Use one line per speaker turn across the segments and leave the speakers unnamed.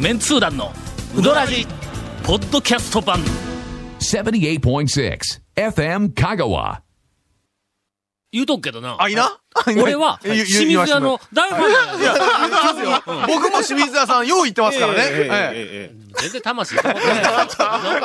メンツー団のうどらじポッドキャスト版
78.6 FM Kagawa.
言うとくけどな
あ、いな
俺は
言う言う
清
言
水
わせて
屋
も
の大ファンなんだよ
僕も清水屋さん、よう行ってますからね。ええ
ええ
全然魂こもってないなんか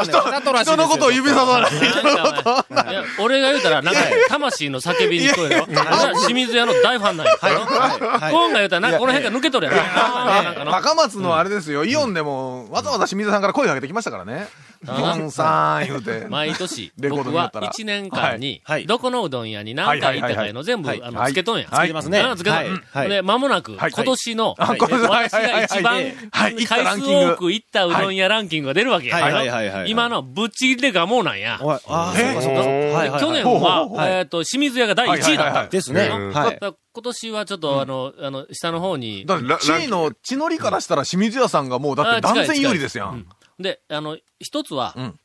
ね
人のことを指ささない。
なんかお前いや俺が言うたら、なんかね、魂の叫びに聞こえるよ。俺は清水屋の大ファンなんよ。
はい
今が言うたら、なんかこの辺から抜けとるやろ。なんかな
高松のあれですよ、イオンでも、わざわざ清水さんから声かけてきましたからね。イ
あ
オンさん、言う て。
毎年、
レコード
僕
によ
は
ったら
1年間に
はいは、い
どこのうどん屋に何回行ったかいうの全部、
はいは
あ
いはい
の、つけとんや。
はい
つけますね。
あつけとん
はいはい
で、まもなく、今
はい
年の、
あこれはい
私
はいは
が
い
一番
はい
はい行った
回
ラン
数
キング
多く行ったうどん屋ランキングが出るわけや。
はいはいはいはいはい
今の、ぶっちぎりでガモなんや。
おいああ、
え
そうかそうか。はいはいはい
去年
ほうほうほう
は、えっと、清水屋が第1位だった
はいはいはい
の。
ですね。は
だ
い
か。ら今年はちょっと、あの、あの、下の方に、
だって、地位の、地の利からしたら清水屋さんがもう、だって
あ近
断
い
然有利ですやん。
で、あの、一つは、
うん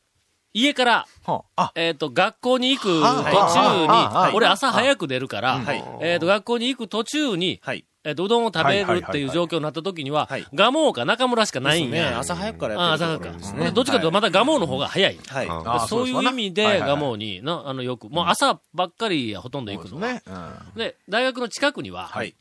家から、
はああ、
えっ、と、学校に行く途
はい
中
は
に
い、
俺朝早く出るから、
はい
えっ、と、学校に行く途中に、
はい。
えっ、と、うどんを食べるっていう状況になった時には、ガモか中村しかないん
ね。
や。
朝早くから
あ
やって
朝早
るとこ
く
ろ
か
です。
ほんで
ね。
どっちかというとまだガモの方が早い。
はい。
ああ
そういう意味
そう
で
ですわな
ガモにな、あの、よく、もう朝ばっかりほとんど行くのは。
ね。うん
で、大学の近くには、
はい。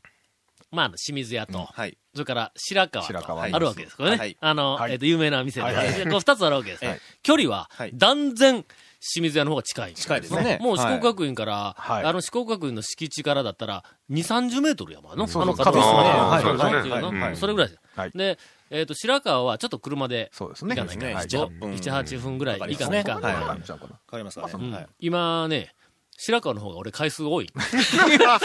まあ、清水屋と、
はい。
それから白川と
白川
あるわけです。これね。
はい
あの、
はい
えっ、と、有名な店で。
はい
こ
は
う
い
二つあるわけです。
はい
距離は
はい、
断然、清水屋の方が近い。
近いですね。
もう四国
はい
学院から、
はい
あの四国学院の敷地からだったら、2、30メートルやもんの、
そう
あの
そう
の
はい
そう
はい
そうっていうの
はいはい
それぐらいです。
はい
で、えっ、と、白川はちょっと車で
そうです
行
ね。
かないか
は
ら、
い
じゃあ
7、8分ぐらい行かないか
わかり
う
ますねは
ん
い
じゃあこの
わかりますかね。はい。
今ね、白川の方が俺回数多い。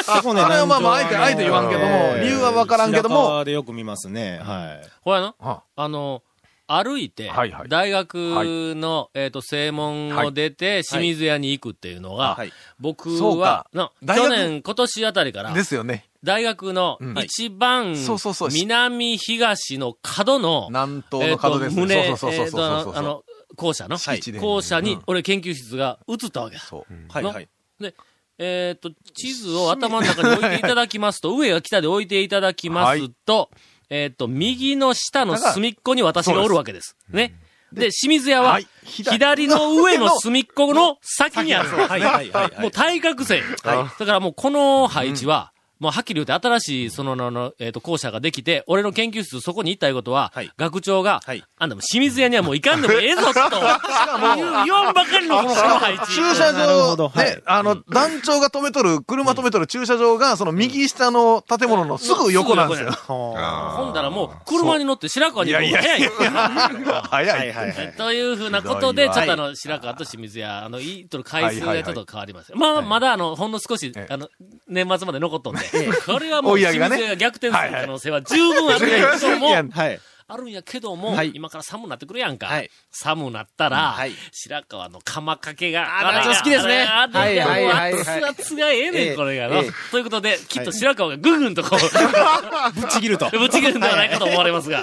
そこね
あれはまあまああえてあえて言わんけども理由はわからんけども
白川でよく見ますね。はい。
ほらな、
は
あの、歩いて
はいは、い
大学の、えっと、正門を出て、清水屋に行くっていうのが、
はい。
僕
そう
は
か、
な
大
去
学
年、今年あたりから
で、すよね。
大学の
うん
一番
そうそうそう
南東の角の、
南東の角ですね。
えーと
そう
胸
そう
え
そう
ー
そうそうそう
とあの、校舎の、
敷
地で
校舎
う
に
ん
俺研究室が移ったわけだ。
そう。
はい。はい。
で、えっ、と、地図を頭の中に置いていただきますと、上が北で置いていただきますと、えっ、と、右の下の隅っこに私がおるわけです。ね。で、清水屋は
はい、
左の上の隅っこの先 にある。
はい。はい。はい。
もう対角線。だからもうこの配置は、もうはっきり言って新しい、その、のの、えっ、と、校舎ができて、俺の研究室そこに行ったいうことは、
はい
学長が、
はい
あんたもう清水屋にはもう行かんでもええぞ、と。言う言わんばかりのこのこの配置。
駐車
なるほ
場
ど、はい
ね、あの、団長が止めとる、車止めとる駐車場が、その右下の建物のすぐ横なんですよ。
ほんだらもう、車に乗って白川に行くのが早い。
早い。
はい。はい。
というふうなことで、
ひ
ち
ど
ょっ
い
と
わ
あの、白川と清水屋、あの、いいとの回数
はい
が
はい
ち
は
ょっ
い
と変わりますよ。まあ、まだあの、ほんの少し、あの、年末まで残っとんで、これはもう、
追い
清水
上げがね
屋が逆転する可能性は十分あるんやけども、
はい。
あるんやけども、
はい
今から寒なってくるやんか。
はい
寒なったら、
うんはい
白川の釜かけが、
ー団長好きですね
あれがあれが
はいはいはいはい
もう熱々がええね
え
ん、
え
これがの、
ええ
ということで、きっと白川がぐぐんとこう、
ぶっちぎると。
ぶち切るんではないかと思われますが。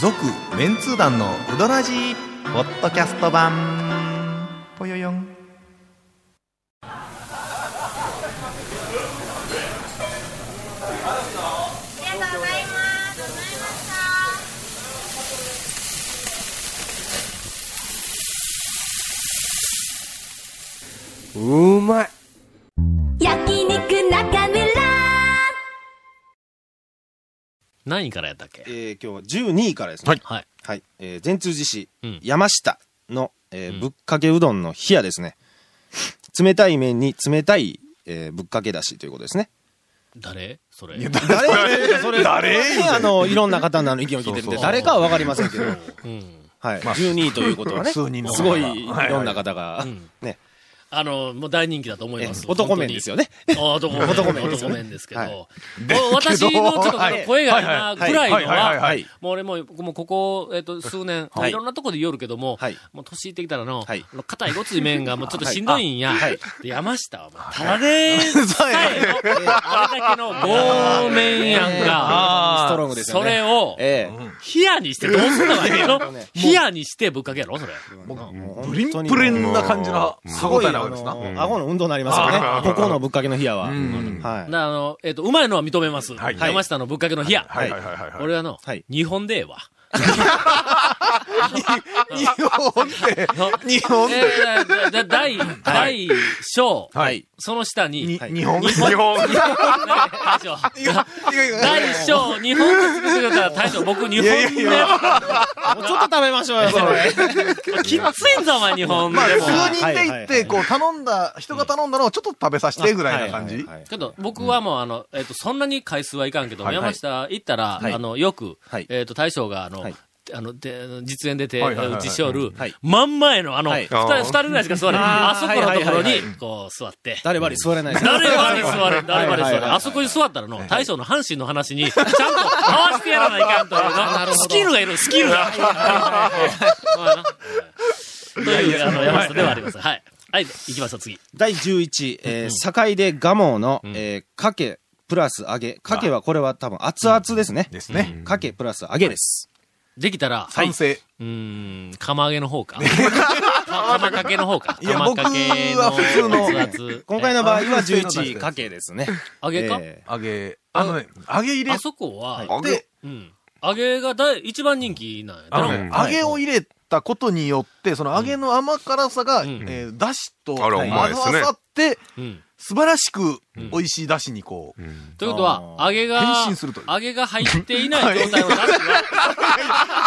続メンツー団のウドラジーポッドキャスト版ぽよよん
焼肉中村
何位からやったっけ
えー今日は12位からですね。
はい。
はい。えー善通寺市
うん、
山下の、えー
うん
ぶっかけうどんの冷やですね。冷たい麺に冷たい、えーぶっかけだしということですね。
誰それ。
誰それ
誰
ねあの、いろんな方の意見を聞いてるんで、誰かはわかりませんけど、
うん。
はい。12位ということはね、
数人の
すごい、いろんな方が
うん、
ね、
あの、もう大人気だと思います。
男麺ですよ
ね。
ね。
男麺。男
男
麺
麺
男麺ですけど。
はい
お私のちょっとあ
は
の
い
声がな
はい
ぐらいの
はいはいはい
は、
はい。
もう俺も、もうここ、えっと、数年、
はい
いろんなとこで言おるけども、
はい
もう年いってきたらの、
はい
あの硬いごつい面がもうちょっとしんどいんや。
はいはい
で山下はもう、ただでさえの、あれだけのご面やんか。
ストロングですよ
そ
ね。
れを、
え
冷やにしてどうすんのやろ
ね
冷やにしてぶっかけやろそれ。
え。もう
ブリンブリンな感じの
す
歯
ご
応
い
え
あ
なわけですな
あの顎の運動になりますよ
あ
ね。ここのぶっかけの冷やは。
ん
はい。
なあの、えっ、と、うまいのは認めます。
はい
山下のぶっかけの冷や。
はいはいはいはい。
俺はの、
はい
日本でええわ。
日本 で、 日本
え
で、
ーだだ大、大、小、
はい。
その下に、
に
はい
日本で。
日 本。
大将、
いやいやいや
大将、日本で作ってくれたら大将、僕日本
いやいやい
で、
もうちょっと食べましょうよ、それ。
きっついんぞ、お前日本で
まあ、
も。
数人で
はい
行っ
はいは
て、
い
こう、頼んだ、人が頼んだのをちょっと食べさせてぐらいな感じ。
はいはい
けど、僕はもう、あの、えっ、と、そんなに回数はいかんけど、
はい
山下行ったら、
はい
あの、よく、
はい
えっ、と、大将が、あの、
はい
あの、で、実演出て、
はいはいはいはいう
ちしおる
はい、
真ん前の、あの、
はい
二人、二人ぐらいしか座れない。
あー
あそこのところ
は
に
いはいはいは、
こう、座って。
誰ばり座れないです。
誰まで座れ、誰まで座れ
はいは。いはい
あそこに座ったらの、大将の阪神の話に、ちゃんと合わせてやらないかんというの、スキルがいる、スキルが。という、あの、山下ではあります。はい。はい、行きましょう、次。
第11、えー、境で蒲生の、えー、かけプラス揚げ。かけはこれは多分熱々ですね。
ですね。
かけプラス揚げです。
できたら、
賛成。
うーん、釜揚げの方か。か釜かけの方か。
いや
釜かけ
僕は普通の
熱々
今回の場合は
え
11
ー
かけですね。
揚げか
え
揚げ、あのね、揚げ入
え
れ
あそこは、
て、で
うん。揚げが第一番人気なんや
あ
な
の
う
ね
ん
揚げを入れたことによって、その揚げの甘辛さが、
ん
えーだしと
あら
はい
お前
合
ですね
わさって、
うん。
素晴らしく美味しいだしにこう。
ということは、揚げが、
変身するという
揚げが入っていない状態の出しは、これ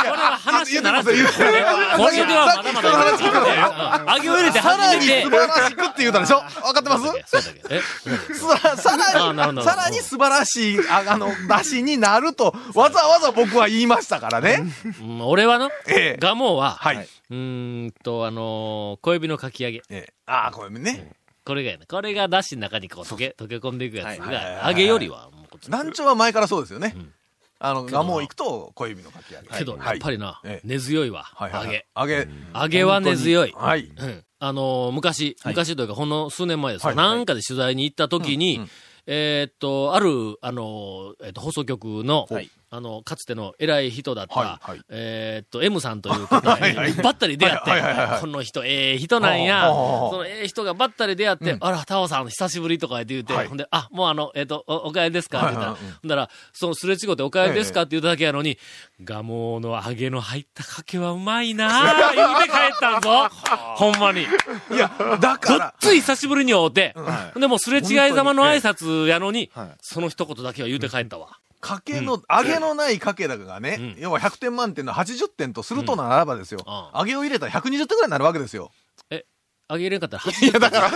は話にならず、これ
言ってますよ言ってますよ
はまだまだ言わなくてうん揚げを入れて
さら
初め
に
て
素、晴らしくって言うたでしょわかってま
そうだっけ
す
そうだっけえ
すばらさ
あーな
ら
るほど
に、さらに素晴らしい、ああの、だしになると、わざわざ僕は言いましたからね。
うん俺はの、
ええ
ガモは、
は
はいい。
うーんと、あのー小指のかき揚げ。
ええああ、これね。
これがやな。これがだしの中にこう溶け、溶け込んでいくやつ
はいはい
はい
が、
はい
揚げよりは、もうこっち
南朝は前からそうですよね
ん。
あの、蒲生行くと小指のかき揚げ。
けど、や
は
っ
い
ぱりな
え、え
根強いわ、
はいはい
揚
はい
げ。
揚げ。
揚げは根強い。
はい。
うんあのー昔、昔というか、ほんの数年前です、
はい
なんかで取材に行った時に、えーっと、ある、あのーえっと、放送局の、
はい
あの、かつての偉い人だった、
はいはい
えーっと、M さんという 方に、ばったり出会って、
はいはいはいはい
この人、ええ人なんや、
ああああ
そのええ人がばったり出会って、あら、タオさん、久しぶりとか言って、
はい
ほんで、あ、もうあの、えーっと、お、お帰りですかって言ったら、
はいはいはい
ほんだら、そのすれ違ってお帰りですかって言っただけやのに、ガモの揚げの入ったかけはうまいな ぁ、言うて帰ったんぞ。ほんまに。
いや、だ
ご
か
っ
ら、
つい久しぶりに会うて、
は
ほんでもうすれ違いざまの挨拶やのに
はい、
その一言だけは言うて帰ったわ。
かけの、揚げのないかけだがね、
うん
要は100点満点の80点とするとならばですよ、
うん
揚げを入れたら120点ぐらいになるわけですよ。
あげれんかったら80点。だから、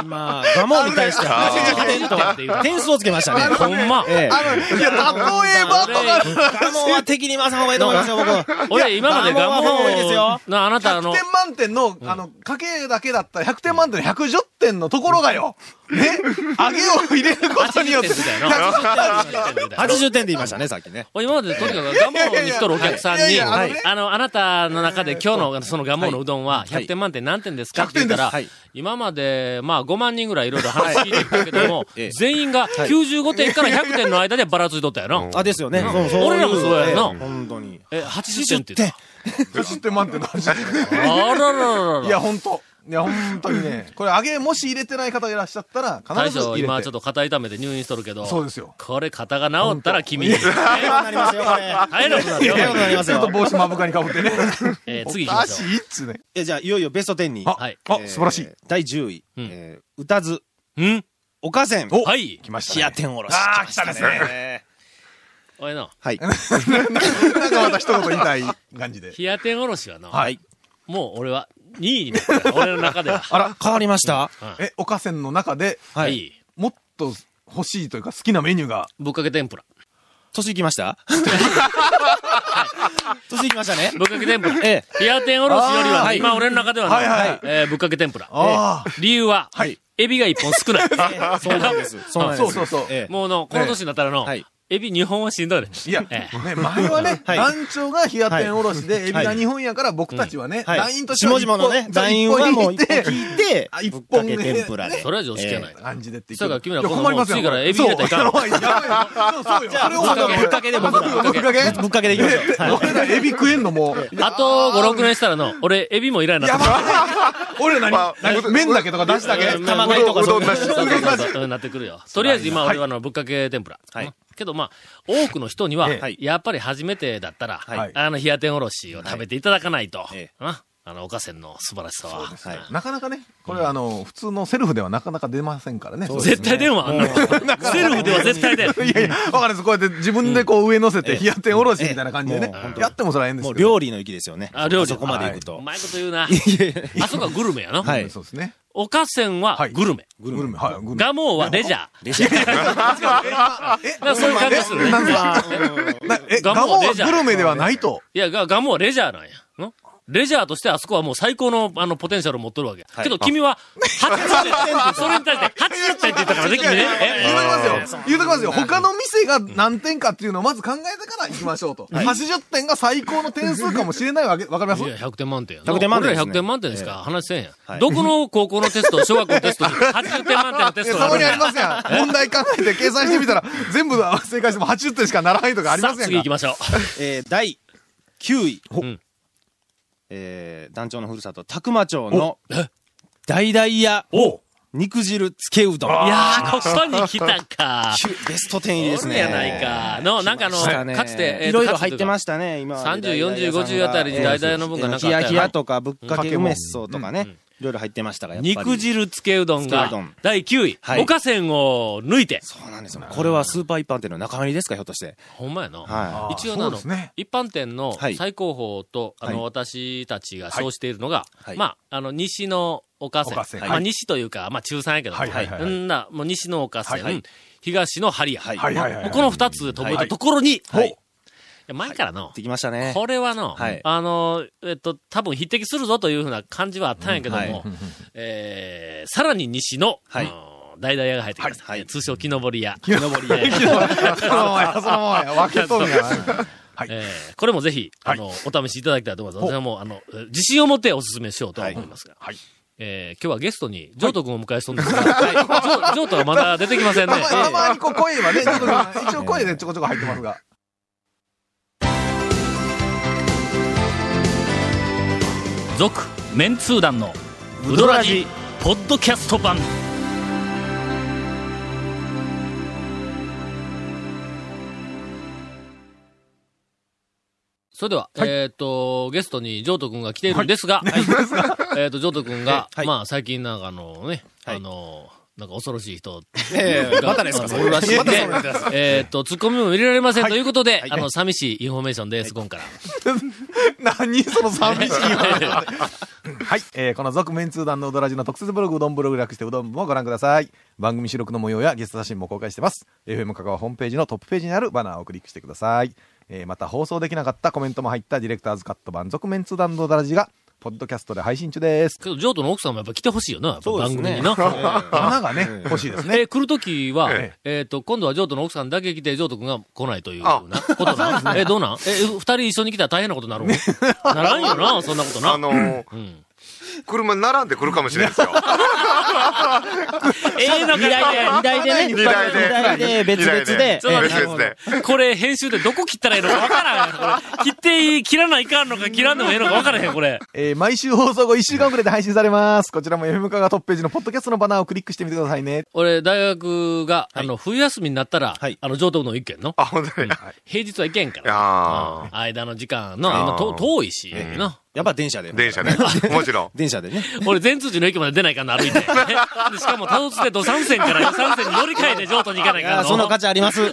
い。まあ、蒲生に対し ては80点
っていう
と、点数をつけましたね。
ほんま。
ええ。
いや、例えばとか、
蒲生は敵に回さん方がいいと思いますよ、僕は。
俺今までガモ
ガモ多いですよ
のあなたあ
100
の、
点満点の、あの、かけだけだったら100点満点の110点のところがよ、ね、揚げを入れることに
80
よっ
点
て
み、たいな。
80点って言いましたね、さっきね。
俺今までとにかくガモに来とるお客さん
いやい
に、
や
は
あの
い
ね
あの、あなたの中で今日のそのガモのうどんは
はい
100点満点何点ですかって言ったら
100点ですは、、
今まで、まあ5万人ぐらいいろいろ話聞いてきたけど も
ええ
全員が95点から100点の間でばらついとったよな。
あ、ですよね。そうそう
俺らもそうやんな
ええ本当に。
え、80点って言っ
110点満点の80
た。あららららら。
いや、ほんと。いや、ほんとにね、これ揚げもし入れてない方がいらっしゃったら、
大
必ず入れ
将、
て。
今ちょっと肩痛めて入院しとるけど。
そうですよ
これ肩が治ったら君。
早くなりますよ、これ。
入らなくなるよ
早くなります
ちょっと
よ。
帽子目深にかぶってね。
えー次行
お
きま
か
し
し
ょう。
いっつね。
えじゃあ、いよいよベスト10に。
あ、
はい
あ
え、ー
素晴らしい。。
第10位。
うん
えー歌図、
ん
おかせん、
お
はい。
来ました、
冷
ね。
や天おろし。
あー来たですね
ね。
おいの、
はい。
なんかまた一言言いたい感じで。
冷や天おろしはな、
はい。
もう俺は2位になった。俺の中で は。
あら、変わりました
え、おかせんの中で、
は
はいい。。
もっと欲しいというか好きなメニューが、
ぶっかけ天ぷら。
年いきました年いきましたね。
ぶっかけ天ぷら。
え
冷や天おろしより
あー
は、
はい
今俺の中では
はいはいは
ないえーぶっかけ天ぷら。
あ
理由は、
はい
エビが一本少ない。
え。そうなんです。そうなん
あ
です。
そうそうそう
ええ
もうの、この年になったらの、
はい
エビ2本はしんどいね。
いや、
ええ
ね、前は ね、
はい
団長が冷や天おろしで、エビ
は
が
い
日本やから僕たちはね、
はい
団員として
下々のね、団員はもう一本聞いて
あ、一
ぶっ
本
か
ね
け天ぷらで。
それは常識やない。
感じでってい
そうか君ら
いや
この
困ります
もう
よ。
次からエビ入れたらいかん
そうやばいやばいよ。 そうそうよ。それを
ぶっかけぶっかけで僕らぶっかけ
ぶっかけ
ぶっかけでいき ましょう。はい
俺らエビ食えんのもう。
あと5、6年したらの、俺、エビもいらんな
や
って
ばい。俺ら
まあ
何何麺だけとか出汁だけ
うん
玉買いとか
うどん
そういう
うどんなし
そうそうそうそうなってくるよ。とりあえず今俺はあの、ぶっかけ天ぷら。
はい
けどまあ、多くの人には
え
え、
やっぱり初めてだったら、
はい
あの、冷や天おろしを食べていただかないと。
ええ
ああの、おかせんの素晴らしさは。
はい
なかなかね、これはあの、普通のセルフではなかなか出ませんからね。
絶対電話あんなの セルフでは絶対 で。
いやいや、わかるんです。 こうやって自分でこう上乗せて、冷や天おろしみたいな感じで
え
ね
えもう本。当
やってもそれはええんで
も
す
う
けど。
料理の域ですよね。
あ、料理。
そこまで行くと
う。まいこと言うな。
いやいや
あそこはグルメやの。
はい
そうですね。
おかせんは
はい
グルメ。
グルメ。はい、グルメ。
ガモーはレジャー。
レジャ ー。
だからそういう感じする。
なえ、
ガ
ガ
モは
モは
レジャー
グルメではないと。
いや、がガモはレジャーなんや。んレジャーとしてあそこはもう最高の、あの、ポテンシャルを持っとるわけや。
はい
けど君は、80点、それに対して80点って言ったからね、君ね。
言うと
え
きますよ。言うときますよ。他の店が何点かっていうのをまず考えてから行きましょうと。80点が最高の点数かもしれないわけ、わかります
いや、100点満点や。
100点満点ですね
俺ら100点満点ですから、話せんや
は。い
どこの高校のテスト、小学校のテストに80点 満点のテス
え
ト
たまにあ
や
りますやん。問題考えて計算してみたら、全部正解しても80点しかならないとかあり
さ
ま
あ、
せんか
次行きましょう。
えー第9位。
ん
えー団長のふるさと、宅間町の、大々屋、肉汁つけうどん。
いやー、ここに来たか。
きゅベスト10入りですね。
おるやないかのなんかあの
来ましたね
かつてえーと
いろいろ入ってましたね、今。
30 40 50あたりに大々の分がなかったよな
ひやひやとか、ぶっかけ梅そうとかね、いろいろ入ってましたが、やっぱり。
肉。汁つけうどん
つけうど
が
ん、
第9位。
はい
おかせんを抜いて。
そうなんですよ。これはスーパー一般店の中身ですか、ひょっとして。
ほんまやな。
は
一応なあの、
そうですね
一般店の
はい
最高峰と、あの、
はい
私たちがそうしているのが、
はい
まあ、あの、西のおかせ
おかせん
まあ、西というか、まあ、中産やけど、
はいはいはいはい
んな、もう西のおかせん、
はい
東の針や。
はい
はいはいはい
もうこの二つ飛ぶとところに、
はい
いや前からの
い。、できましたね。
これはの、
はい
あの、えっと、多分匹敵するぞというふうな感じはあったんやけども、
うんはい
えー、さらに西の、
はい
あの大々屋が入ってきました。
はいはい
通称、木登り屋。
木登り屋。
そのままや、そのままや。分けとるんやな。
えーこれもぜひ、あの、お試しいただきたいと思います。私はもう、あの、えー自信を持ってお勧めしようとは思いますが。えー今日はゲストに、ジョート君をお迎えしとんですが、はいジョージョートがまだ出てきませんね
た。またまにこう声はね、ちょっと一応声でちょこちょこ入ってますが。
続、メンツー団の、ウドラジ、ポッドキャスト版。それでは、えっ、と、ゲストにジョート君が来ているんですが、えっと、ジョート君が、
はい
まあ、最近なんかあのね、
はい
あの、なんか恐ろしい人
え えまたですか、そ
おる
れ
らしいん
また
で
そうなんです、
えっと、ツッコミも入れられませんということで、
い
あの、寂しいインフォメーションです、今から。
何その寂しい はい、えーこの続面通談のうどらじの特設ブログうどんブログ略してうどん部もご覧ください番組収録の模様やゲスト写真も公開してます FM 香川ホームページのトップページにあるバナーをクリックしてください、えーまた放送できなかったコメントも入ったディレクターズカット版続面通談のうどらじがポッドキャストで配信中です
けど、ジョートの奥さんもやっぱ来てほしいよな、やっぱ
そうで
番
すね
組にな。
花がね欲しいですね
えー来るときは、
え
えっ、と、今度はジョートの奥さんだけ来て、ジョート君が来ないというようなことな。えーどうなんえー二人一緒に来たら大変なことになるもんならんよな、そんなことな。
あのー車に並んでくるかもしれないですよ。
ええな、未来
二台でね。
二台で
二台で、別々で。
そう
別々で。
で。これ、編集でどこ切ったらいいのかわからん。これ、切っていい、切らないかんのか、切らんでもええのかわからへん、これ。
えー毎週放送後1週間くらいで配信されますこちらも FM 香川トップページのポッドキャストのバナーをクリックしてみてくださいね
俺、大学が、あの、冬休みになったら、
はい
あの、上等の一軒の。
あ、本当に。あ
平日は行けんから。
あ
うん間の時間の、
あー
今、と遠いし、な。
やっぱ電車で。
ー、電車で。もち ろん。
電車でね。
俺、全通寺の駅まで出ないかんな、歩いて。でしかも、多度津で土山線から予山線に乗り換えて上都に行かないかん
あ
の。
ーその価値あ ります。ね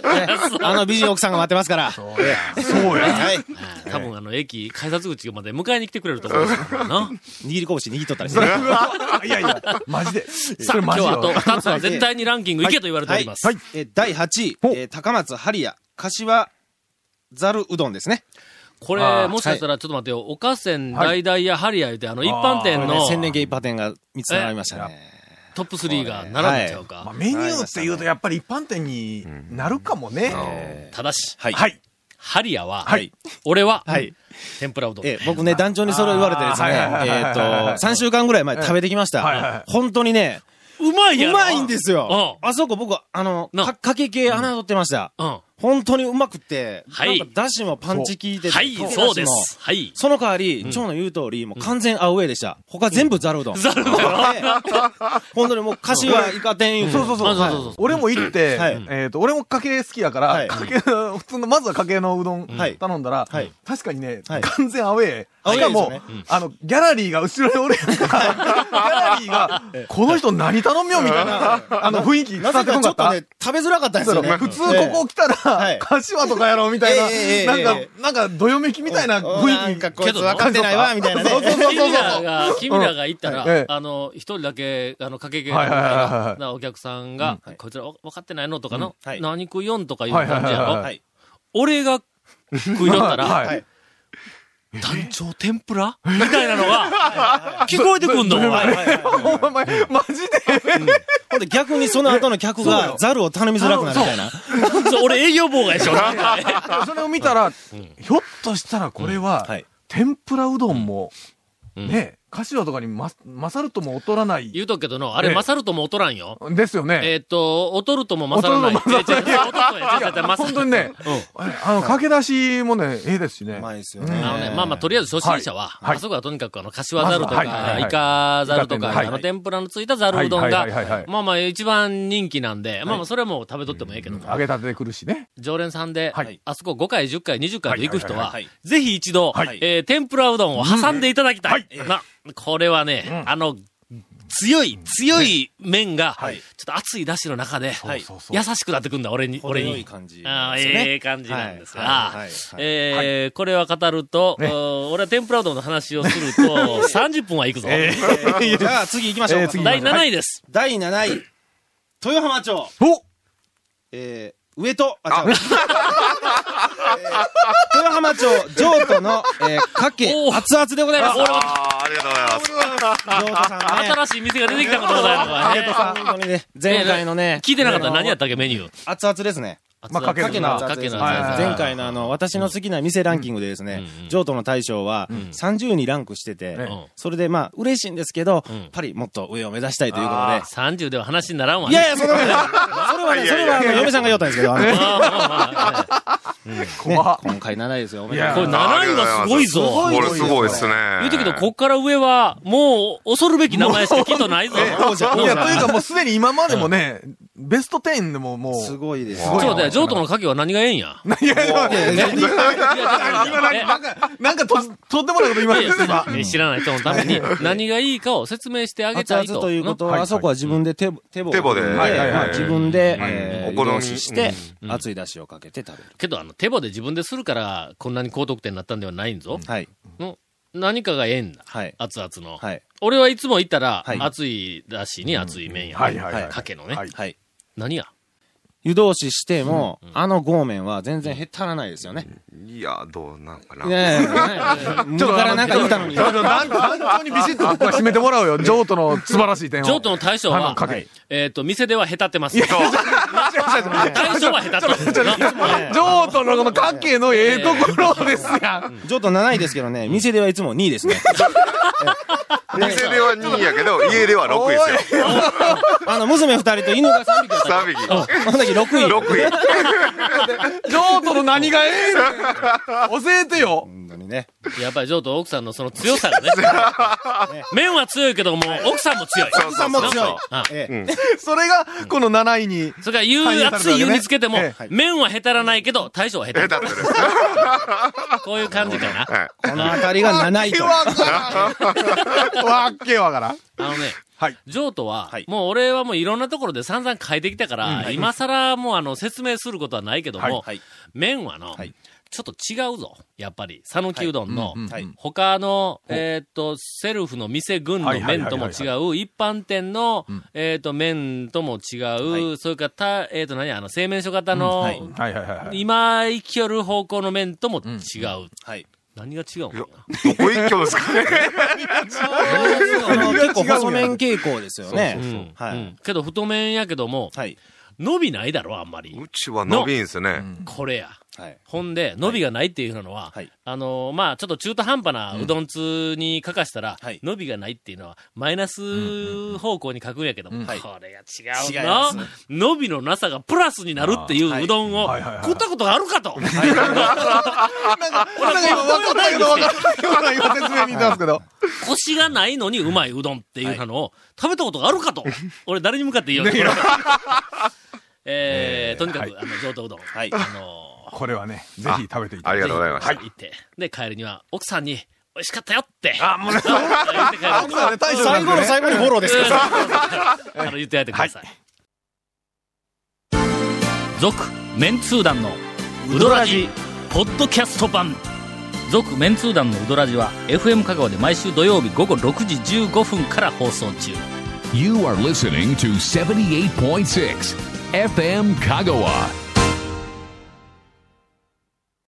あの美人奥さんが待ってますから。そうや。はい。
うん多分、あの、駅、改札口まで迎えに来てくれると思うんですよな。
握り拳握っとったりする。
いやいやマジで
さ
そ
あ、
れ
今
マ
日
ジ
は
よ
あと2つは絶対にランキング行けと言われております。
はい。えー第8位、えー高松ハリヤ、柏ざるうどんですね。
これ、もしかしたら、ちょっと待ってよ。おかせん、大々やハリア言うて、あの、一般店
これね
の、
千年芸パテンが3つ並びましたね。
トップ3が並ぶんちゃう
まあ、
か。
メニューって言うとやっぱり一般店になるかもね。
ただし、
はい。
はい。
ハリアは、
はい
俺は、
はい
天ぷらうどん。
えー僕ね、団長にそれ言われてです
あ
ね、
ーはいはい
え
はい
っと
はい、
3週間ぐらい前食べてきまし
はいはいは
た
い。
本当にね、
うまいうやろ
まいんですよ。
う
あそこ僕、あの、
な
かかけ系侮ってました。
ん。うん。
本当にうまくって、
はい
なんかだしもパンチ効いてて、
はい
か、け
そう
出
で
汁も
す。はい。
その代わり、蝶の言う通り、もう完全アウェーでした。他全部ザルうどん。
ザルうどん
で本当にもう、菓子はイカ天
そうそうそう。
まあそうそうそう
俺も行って、
はい
えっ、と、俺もかけ好きやから、
はい
かけ、 普通の、まずはかけのうどん
はい
頼んだら、
はい
確かにね、
はい
完全アウェー。
アウェ
し
ー
かも、
です
あの、ギャラリーが後ろに俺や から、ギャラリーが、この人何頼みよみたいな、あの雰囲気伝わ
な
って
ぜ
こ
か
ん
ち
か
ょ
っ
っと
た。
ね、食べづらかったんですよね。
普通ここ来たら、
い
柏とかやろうみたいな、
ええええ
なんか、
え
なんか、どよめきみたいな
おな
雰囲
ん
気。
かこいつ分かってないわ、みたいなね。
そうそうそう
君らが、君らが行った
うんええ
ら、あの、一人だけ、あの、かけ毛の
はいはいはいはいは
だ
い
からお客さんが、こいつら分かってないのとかの、
うんはい
何食いよんとかいう感じや
はいはいはい
ろ
は
はい。
俺が食いよった
は
ら、
い。
団長天ぷらみたいなのが、聞こえてくんの。
お前、マジで、
ほんで逆にその後の客がザルを頼みづらくなるみたいな。
そう俺営業妨害しような。
それを見たら、ひょっとしたらこれは、
はい。
天ぷらうどんも、
うん
ね、柏とかにま、勝るとも劣らない、
言うとくけどの、あれ、
ええ
勝るとも劣らんよ。
ですよね。
えっと、劣るとも勝らない。
劣るとも
違う違う違う劣るともや違う違う違う勝
本
る
当にね、あの、駆け出しもね、ええですしね。
うまいですよ
う
ね。
ん
あのね、まあまあ、とりあえず初心者は、
はいはい
あそこはとにかくあの、柏ざると
まずははいはい
か、
はい
イカざるとか、
はい
あの、天ぷらのついたざるうどん
はいはいはいはいは
が
い、
まあまあ、一番人気なんで、まあまあ、それはもう食べとってもええけども、
揚げたてで来るしね。
常連さんで
はい、
あそこ5回、10回、20回で行く人は
はいはいはいは、
ぜひ一度
はい、
えー天ぷらうどんを挟んでいただきたい。な、これはね、あの、強い、強い麺が、ちょ
は
っ
い
と熱い出汁の中で、
はい
そうそう
優しくなってくんだ、俺に、
程
俺
よい
に。
感じですよね。
ああ、ええ感じなんですが
はいはいはい、
えーこれは語ると、
ね
お俺は天ぷらうどんの話をすると、30分はいくぞ。
え
はいじゃあ次行きましょう
え
か。
ー次行きま
第
しょう
7位です。
第7位、豊浜町。
お
えー、上戸、あ、違う。えー豊浜町上都の、えー、かけ
お、ー
熱々でございます。上
ああ、ありがとうございます。
都さんね。
新しい店が出てきたことございます
上戸さん、本当にね、前回のね、
聞いてなかったら何やったっけ、メニュー。
熱々ですね。
まあかけ
かけの熱
か
々
け
です
の
ね。
熱々
はい
前回のあの、私の好きな店ランキングでですね
うん、
上都の大将は30にランクしてて
うん、
それでまあ嬉しいんですけど、
ん
やっぱりもっと上を目指したいということで、
30では話にならんわ。
いやいや、そんなことない。それ はね、それはあの、嫁さんが言おったんですけど、あの、ね、
まあまあまあね
怖っ
今回7位ですよ。おめ
い
でと
や
う
これ7位はすごいぞ。
これすごいですね。
言うてけど、こっから上は、もう、恐るべき名前しかきっとないぞ。
王者
い
王
や、
者
というかもうすでに今までもね、ベスト10でももう、
すごいです。
ちょっと待って、譲渡の賭けは何がええんや。
いやいや、
いやいやいや
今なんか、 なんかと、とんでもないこと言いましたよ、今。
え知らない人のために、何がいいかを説明してあげ
熱
た
々
いと。
ということ
はい
は、あそこは自分で手ぼ、手棒
手棒で
ま
はい
はいはい
あ自分で、えー
お好
湯
み
通しして、熱い出汁をかけて食べる。
けど、あの、手棒で自分でするから、こんなに高得点になったんではないんぞ。
はい。
の何かがええんだ。
はい
熱々の。
はい。
俺はいつも行ったら、
はい
熱いだしに熱い麺や、ね
はいはいはい
かけのね。
はい
はい。
何や
湯通ししても、あのゴーメンは全然へったらないですよね。
いや、どうなんかな。
いやいやいや、
ちょっ
元
と
からなんか言うたのに。
団長にビシッとここは締めてもらうよ。譲渡の素晴らしい点を。
譲渡の大将
あ
は
の、かけ
えっ、と、店では下手ってます。
そう
大将は下手ってます。
譲渡のこのかけのええところですやん。
ちょっと7位ですけどね、店ではいつも2位ですね。
店では2位やけど、家では6位ですよ。
あの、娘2人と犬が3匹 だった。
3匹。
この時6位。
6位。
譲渡の何がええの教えてよ。
本当にね。
やっぱり譲渡奥さんのその強さがね。麺は強いけども、奥さんも強い。
そうそう
も
そう
強い
そ。
ええ
それが、この7位に。
それから湯、
反映されてる
熱
わ
い
けね
湯につけても
ええ、
麺は下手らないけど、大将は下
う。
手
下。手ってる。
こういう感じかな。
はい。
この辺りが7位 と。
わけわからん。わけわからん。
あのね、
はい
譲渡は、
はい
もう俺はもういろんなところで散々変えてきたから、今更もうあの説明することはないけども、
はい
麺はの、
はい
ちょっと違うぞ、やっぱり。讃岐うどんの、
うんうん
はい。
他の、えーっと、セルフの店群の麺とも違う、
はいはい
一般店の、えーっと、麺とも違う、
はい
それからた、えーっと、何やあの、製麺所型の、
うんはい
はいはいはい。
今、生きよる方向の麺とも違う。
はい。
何が違うん
いやどこ一挙ですかね。
結構細麺傾向ですよね。
うん
は
う
い
んけど太麺やけども、
はい。
伸びないだろ、あんまり。
うちは伸びんすね。
これや。
はい。
ほんで、伸びがないっていうのは、
はい
あのーまあ、ちょっと中途半端なうどん通に書かしたら、
はい
伸びがないっていうのは、マイナス方向に書くんやけども、
はい
これが
違い
違うの
ます
伸びのなさがプラスになるってい
あーは
う
いう
どんを
はいはいはい
食ったことがあるかと。
なんか今分かったけど分かったような今説明にいたんですけど。
腰がないのにうまいうどんっていうのを食べたことがあるかと。俺誰に向かって言うのえー、とにかく、あの、上等うどん。
はい
あの
これはね、ぜひ食べていただきた
あ
い
りがとうございま
ー、
した。
行って。で、帰りには奥さんに、美味しかったよって。
あ、もうね、
言 って帰る
あ奥さんね、大将な
最
んで
後の
ね
最後にフォローですから。
あの、言ってやってください。続、メンツー団の、ウドラジ、ポッドキャスト版。続、メンツー団のウドラジは、FM 香川で毎週土曜日午後6時15分から放送中。
You are listening to 78.6 FM Kagawa.